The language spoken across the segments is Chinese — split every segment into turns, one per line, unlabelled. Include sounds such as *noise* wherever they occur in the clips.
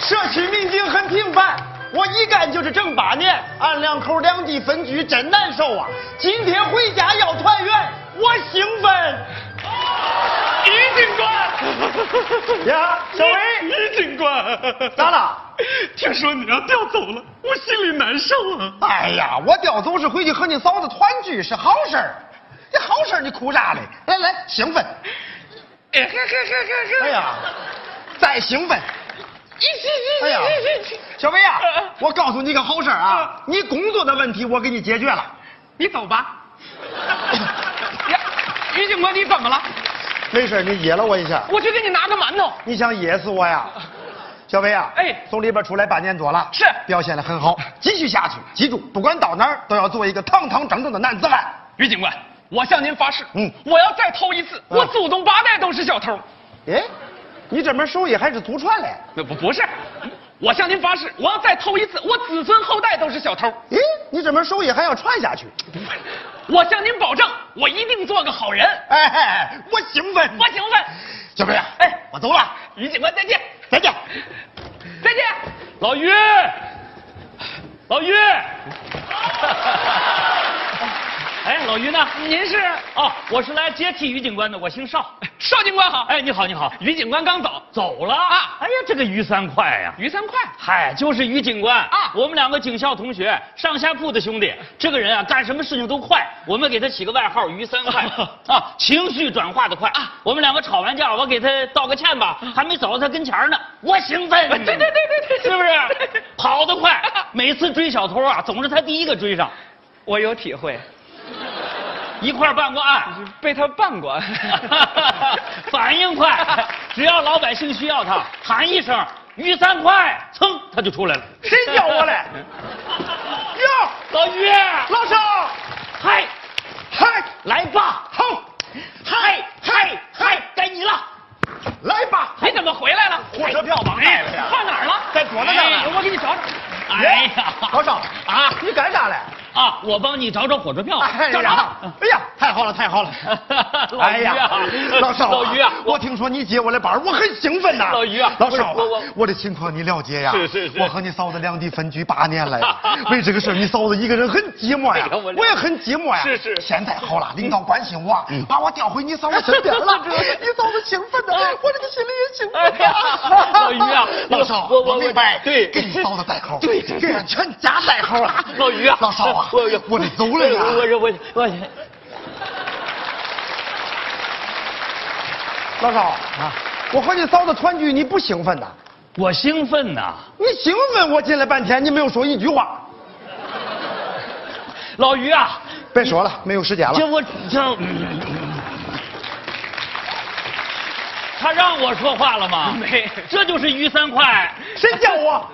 摄取命经很频繁，我一干就是正把年，按两口两地分居真难受啊！今天回家要团圆，我兴奋。
于警
*laughs*
官，
呀，小梅，
于警官，
咋了？
听说你要调走了，我心里难受啊！
哎呀，我调走是回去和你嫂子团聚是好事儿，这好事儿你哭啥嘞？来来，兴奋！
哎嘿嘿嘿嘿
哎
嘿！
呀，再兴奋！哎
哎
呀
呀，，
小梅 *laughs* 呀
呃，
我告诉你个好事儿啊
啊，
你工作的问题我给你解决了。
你走吧。呀， *coughs* 于警官，你怎么了？
没事儿，你噎了我一下，
我去给你拿个馒头。
你想噎死我呀？小梅呀，
哎
从里边出来半年多了，
是
表现得很好，继续下去。记住，不管到哪儿都要做一个堂堂正正的男子汉。
于警官，我向您发誓，
嗯
我要再偷一次，我祖宗八代都是小偷。
哎，你这门手艺还是祖传嘞？
那呃不不是，我向您发誓，我要再偷一次，我子孙后代都是小偷。
咦，你这门手艺还要传下去？
我向您保证，我一定做个好人。
哎，我兴奋。
我兴奋。
小梅呀，
哎
我走了，
于警官，再见，
再见。
再见。老于，老于，
哎，老于呢？
您是？
哦，我是来接替于警官的，我姓邵。
邵警官好。哎，
哎，你好，你好，
于警官刚走。
走了
啊
哎呀，这个于三快呀、
于三快，
嗨，就是于警官
啊
我们两个警校同学，上下铺的兄弟。这个人啊，干什么事情都快，我们给他起个外号“于三快”啊，情绪转化的快
啊
我们两个吵完架，我给他道个歉吧，还没走到他跟前儿呢，我兴奋。
哎对对对对对
是不
对 *laughs*
是？跑得快，每次追小偷啊，总是他第一个追上。
我有体会，
一块儿办过案，。
被他
*laughs*
绊过
*laughs* 反应快，只要老百姓需要他，喊一声“于三快”，噌，他就出来了。
谁叫我
*laughs*
嘞？哟，
老于，
老邵，
嗨，
嗨，
来吧，
好，
嗨嗨嗨，该你了。哎
来吧。
你怎么回来了？
火车票忘带了呀
放哪儿了？
在桌子上呢
哎我给你找找。
哎呀，
老邵
啊
你干啥嘞？
啊，我帮你找找火车票，
哎
找着
呀
了。，
哎呀，太好了，太
*laughs*
好了！
老
哎
于
呀
啊，
老邵，
老于啊，
我听说你接我的班儿，我很兴奋呐。
老于啊
老邵啊
我我我，
我的情况你了解呀？
是是是
我和你嫂子两地分居八年了呀，为这个事儿，你嫂子一个人很寂寞呀
哎呀我，了
我也很寂寞呀。
是嗯是
现在好了，领导关心我，把我调回你嫂子身边
*laughs*
了。你嫂子兴奋的，我这个心里也兴奋呀
哎呀。老于啊
*laughs* 老邵，
我我
明白，
我对
给你嫂子带口，
对
给人全家带口啊。
老于啊，
老邵啊，
我我
我得走了呀。
我我我我
老邵啊，我和你嫂子团聚，你不兴奋呐？
我兴奋呐、
你兴奋，我进来半天，你没有说一句话。
老于啊，
别说了，没有时间
这
了。
我这，他让我说话了吗？
没
这就是于三块。
谁叫
*laughs*
我？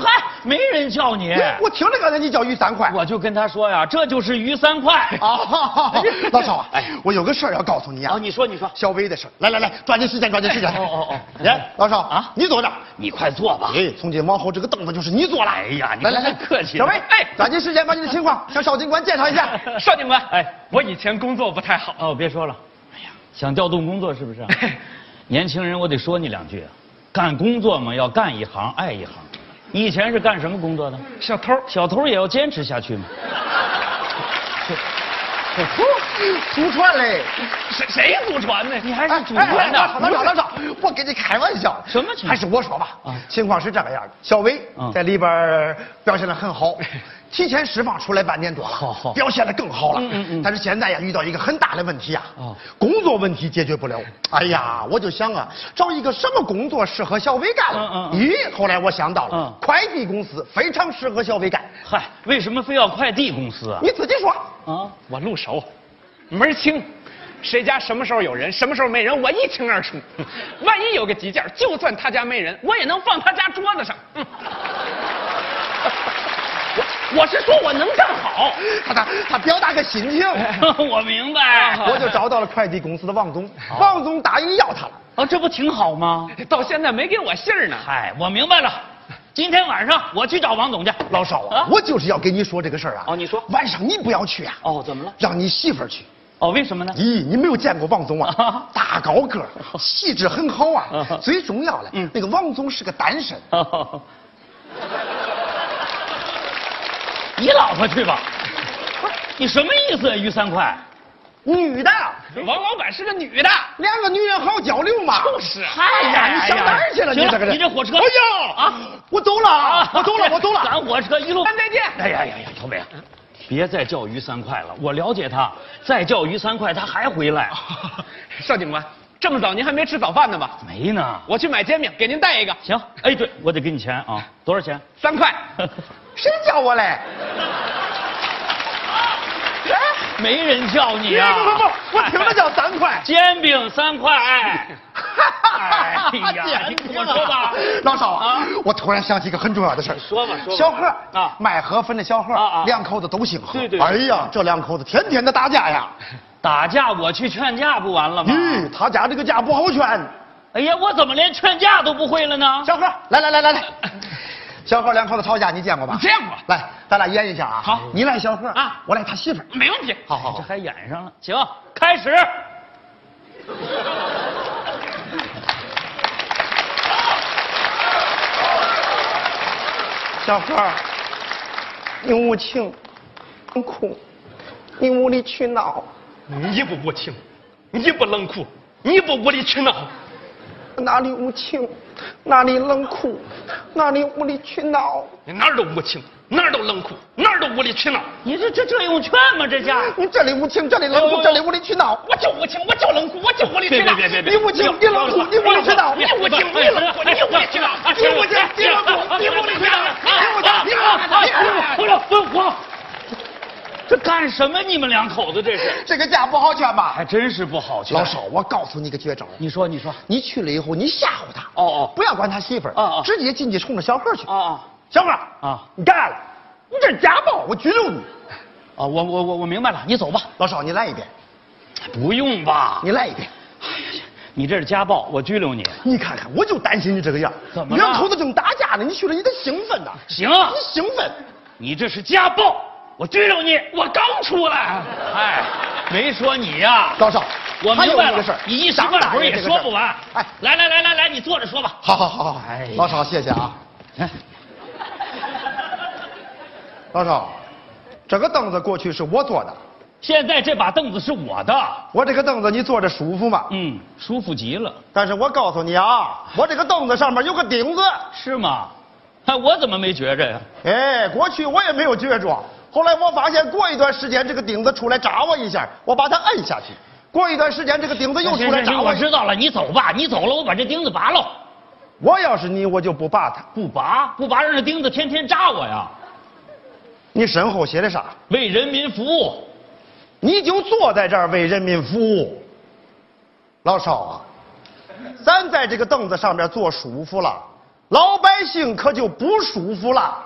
嗨，没人叫你，
我听着刚才你叫于三块。
哎我就跟他说呀，这就是于三块。
啊，哈哈
*laughs*
哈老邵啊，
哎
我有个事儿要告诉你啊
啊，，你说你说，
小薇的事儿。来来来，抓紧时间，抓紧时间。
哎哦哦哦
来，老邵
啊
你坐这儿。
你快坐吧。
哎，从今往后这个凳子就是你坐了。
哎呀你
来来来，
太客气
小
了
薇，哎
哎，
抓紧时间把你的情况向邵警官介绍一
*laughs*
下。
邵警官，
哎
哎，我以前工作不太好，
哦，别说了，哎呀，想调动工作是不
*laughs*
是？年轻人，我得说你两句啊，干工作嘛，要干一行爱一行。你以前是干什么工作的？
小偷。
小偷也要坚持下去嘛。
祖传嘞。
谁谁祖传呢？
你还是主
哎
管呢。
哎老邵，老邵，我跟你开玩笑。
什么情况
还是我说吧。
啊
情况是这个样的：小薇
嗯
在里边儿表现的很
*laughs*
好，提前释放出来半年多了，
好好
表现的更好了。
嗯嗯嗯
但是现在呀，遇到一个很大的问题呀
哦，嗯
工作问题解决不了。哎呀，我就想啊，找一个什么工作适合小薇干了
嗯？嗯嗯
咦，后来我想到了
嗯，
快递公司非常适合小薇干。
嗨，为什么非要快递公司啊？
你自己说，
啊，
我路熟，门儿清，谁家什么时候有人，什么时候没人，我一
*laughs*
清二楚。万一有个急件儿，就算他家没人，我也能放他家桌子上。嗯我我是说我能干好。
他他他表达个心情。
*laughs* 我明白。
我
啊
就找到了快递公司的王总，
哦
王总答应要他了。
啊，这不挺好吗？
到现在没给我信儿呢。
嗨，我明白了。今天晚上我去找王总去。
老邵啊，
啊
我就是要跟你说这个事儿啊。
哦你说
晚上你不要去啊。
哦，怎么了？
让你媳妇儿去。
哦，为什么呢？
咦，您没有见过汪总啊
啊？
大高个儿，气质很好
啊
啊。最重要的
嗯，
那个汪总是个单身。
哦你老婆去吧，不是你什么意思啊？于三块，
女的，
王老板是个女的， *laughs*
两个女人好交流嘛。
就是
嗨啊哎呀，你上哪儿去了？
行
你
了
这个人，
啊你这火车
哎呀
啊
啊！我走了啊！我走了，我走了。
赶火车一路。
咱再见。
哎呀呀呀，小伟，别再叫于三块了，我了解他，再叫于三块他还
*laughs*
回来，
邵警官，这么早您还没吃早饭呢吧？
没呢。
我去买煎饼，给您带一个，
行，哎，对，我得给你钱啊，多少钱？ *laughs*
三块。
谁叫我来？
没人叫你啊！
哎不不不，我听着叫三块。
*laughs* 煎饼三块，哎，
哈
哎呀你
*laughs* 简
跟
直
我
了
说吧
老邵
啊
啊，我突然想起一个很重要的事儿。
说吧说吧
小贺
啊
啊，卖河粉的小贺
啊啊
两口子都姓贺。
对对对
哎呀，这两口子天天的打架呀。
打架我去劝架不完了吗？
嗯
咦，他家这个架不好劝。
哎呀，我怎么连劝架都不会了呢？
小贺，来来来来来，小贺两口子吵架你见过吧？
你见过
来，咱俩演一下啊。
好
你来小贺
啊
啊，我来他媳妇儿。
没问题。
好好
这
好，
还演上了，行，开始。
小贺，你无情，很苦，你无理取闹，
你不无情，你不冷酷，你不无理取闹。
哪里无情，哪里冷酷，哪里无理取闹。
你哪儿都无情，哪儿都冷酷，哪儿都无理取闹。
你这这这用劝吗？这架？
你这里无情，这里
哎
冷酷，这里无理取闹。
我就无情，我就冷酷，我就无理取闹。
别别别别
你无情，你冷酷，你无理取闹。
你无情，你冷酷，你无理取闹。
你无情，你冷酷，你无理取闹。你无情，你冷酷，你无理取闹。
不是，不是我，这干什么？你们两口子这是？
这个架不好劝吧？
还真哎是不好劝。
老少，我告诉你个绝招，
你说，你说，
你去了以后，你吓唬他。
哦哦
不要管他媳妇儿，
啊啊
直接进去冲着小贺去。
啊啊
小贺
啊
你干了，你这是家暴，我拘留你。
啊！我我我我明白了，你走吧。
老少，你来一遍，
不用吧？
你来一遍，
你这是家暴，我拘留你。
你看看，我就担心你这个样。
怎么了
两口子正打架呢，你去了，你得兴奋呐，
行，
你兴奋。
你这是家暴，我拘留你。
我刚出来。
哎，没说你呀、
老少，
我
还
明
有
白
这个
了
事儿，，
你一时半会儿也说不完。哎
哎，，
来来来来来，你坐着说吧。
好好好好
哎呀，
老少谢谢啊。
哎，
老少，这个凳子过去是我坐的，
现在这把凳子是我的，
我这个凳子你坐着舒服吗？
嗯，舒服极了，
但是我告诉你啊，我这个凳子上面有个顶子。
是吗？哎，我怎么没觉着呀？
哎，过去我也没有觉着，后来我发现过一段时间这个顶子出来扎我一下，我把它摁下去。过一段时间这个顶子又
行
出来
哎
扎
行行，
我
我
一下。
知道了，你走吧，你走了，我把这钉子拔喽。
我要是你，我就不扒它。
不拔，不拔，让这钉子天天扎我呀！
你身后写的啥？
为人民服务，
你已经坐在这儿为人民服务。老少啊，咱在这个凳子上面坐舒服了，老百姓可就不舒服了。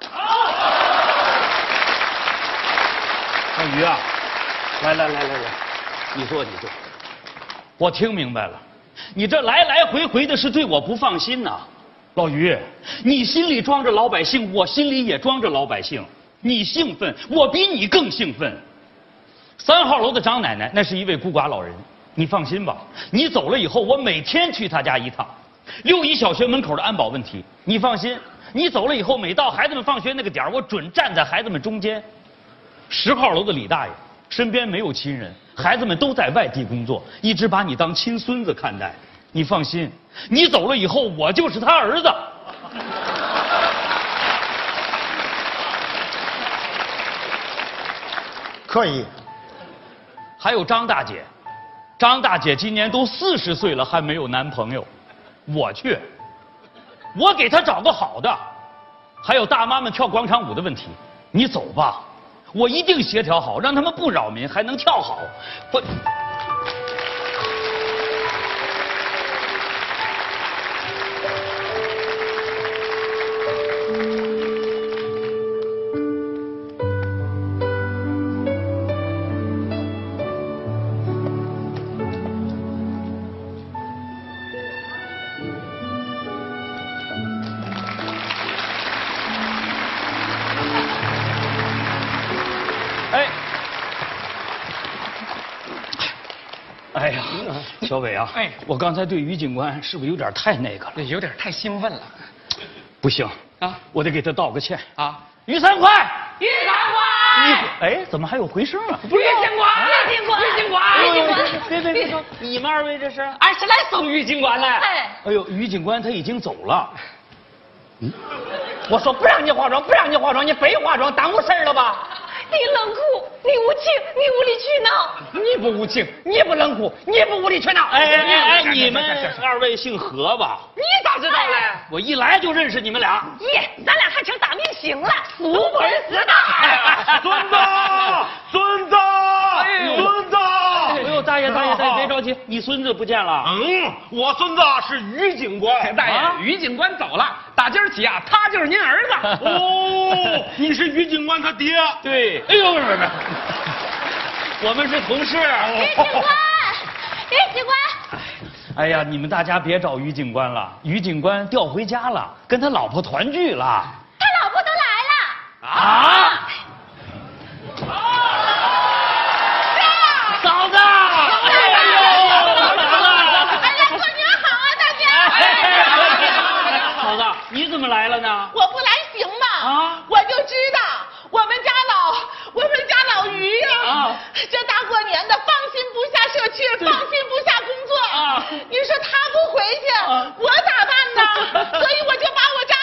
小鱼啊，来来来来来，你坐你坐，我听明白了，你这来来回回的是对我不放心呐、老于，你心里装着老百姓，我心里也装着老百姓，你兴奋，我比你更兴奋。三号楼的张奶奶，那是一位孤寡老人，你放心吧，你走了以后，我每天去她家一趟。六一小学门口的安保问题，你放心，你走了以后，每到孩子们放学那个点儿，我准站在孩子们中间。十号楼的李大爷身边没有亲人，孩子们都在外地工作，一直把你当亲孙子看待。你放心，你走了以后，我就是他儿子。
可以，
还有张大姐，张大姐今年都四十岁了，还没有男朋友。我去，我给她找个好的。还有大妈们跳广场舞的问题，你走吧，我一定协调好，让他们不扰民，还能跳好。不，哎，小伟啊，
哎
我刚才对于警官是不是有点太那个了？
这有点太兴奋了
不行，
啊
我得给他道个歉。
啊！
于三快，
于三官，
哎，怎么还有回声啊？
不是于警官，于警官，于警
哎
官，
别别别！你们二位这是？
俺哎是来送于警官来。
哎，
哎呦，于警官他已经走了。嗯，我说不让你化妆，不让你化妆，你非化妆，耽误事儿了吧？
你冷酷，你无情，你无理取闹。
你不无情，你不冷酷，你不无理取闹。
哎哎哎，
你
你们二位姓何吧？
你咋知道嘞？
我一来就认识你们俩。
咦，哎咱俩还成大明星了，俗
本死
哎
党
孙子，孙子，孙子。
哎呦，哎大爷大爷大爷，别着急，你孙子不见了。
嗯，我孙子是于警官。
哎大
啊
爷，于警官走了，打今儿起啊，他就是您儿子。
*laughs*
*laughs*
哦，你是于警官他爹。
对，
哎呦，不是不是，
我们是同事。
于警
哦
官，于警官，
哎呀，你们大家别找于警官了，于警官调回家了，跟他老婆团聚了。
他老婆都来了。
啊！哎嫂子，
哎呀，过年好啊，大家！
哎
哎
嫂子，你怎么来了呢？
我不来行吗？
啊
我就知道我们家老我们家老于呀、
啊
这大过年的放心不下社区，放心不下工作
啊
你说他不回去，
啊
我咋办
*laughs*
呢？所以我就把我这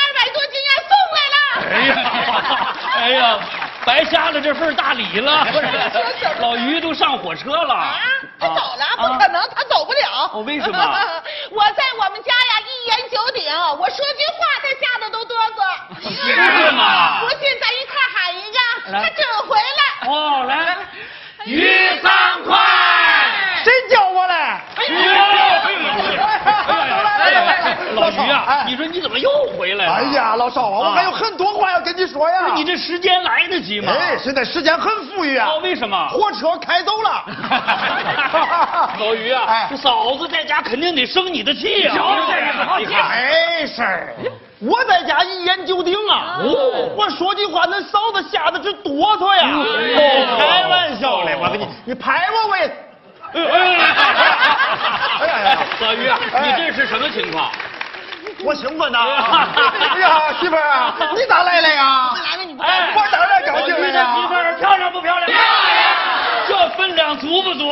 二百多斤呀送来了。
哎呀， *laughs* 哎呀，白瞎了这份大礼
哎
了。老于都上火车了。
啊，他走了，不可能，他走不了。
哦为什么？
*laughs* 我在我们家呀，一言九鼎，我说句话，他吓得都哆
*laughs*
嗦。
是吗
不信，咱一块儿喊一个，
来
他准回来。
哦，
哎
来，于三快。
谁叫我来？
哎 *laughs* 老于啊，你说你怎么又回来了？
哎呀，老少啊，我还有很多话要跟你说呀。
你这时间来得及吗？
哎，现在时间很富裕啊
哦，。为什么？。
火车开走了
*laughs* 老于啊，
哎
这嫂子在家肯定得生你的气啊！你
没
看，
哎事儿，我在家一言九鼎啊。
哦
我说句话，恁嫂子吓得直哆嗦呀。哦
哎呦
开玩笑
哦
嘞，我跟你，你拍我我也。哎呀呀呀
哎老于啊，
哎
你这是什么情况？
我兴
*laughs*
奋呐！哎呀，媳妇儿啊，你咋来了呀？
哎
我当然高
老于
兴了
的媳妇
呀！
儿漂亮不漂亮？漂亮，这分量足不足？足。哎，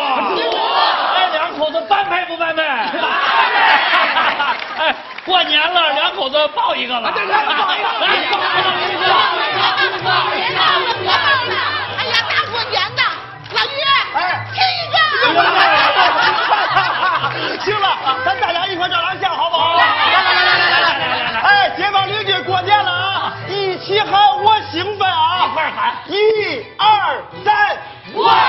两口子般配不般配？哎，过年了，两口子抱一个吧。
对对抱一个
来抱一个
别闹了，别闹了！哎呀，大过年的，老于，
哎
亲一个。
哎
行了，咱大家一块照张相，好不好？来来来来来来来！哎，街坊邻居过年了啊，一起喊我兴奋啊！
一块儿喊
一二三，哇！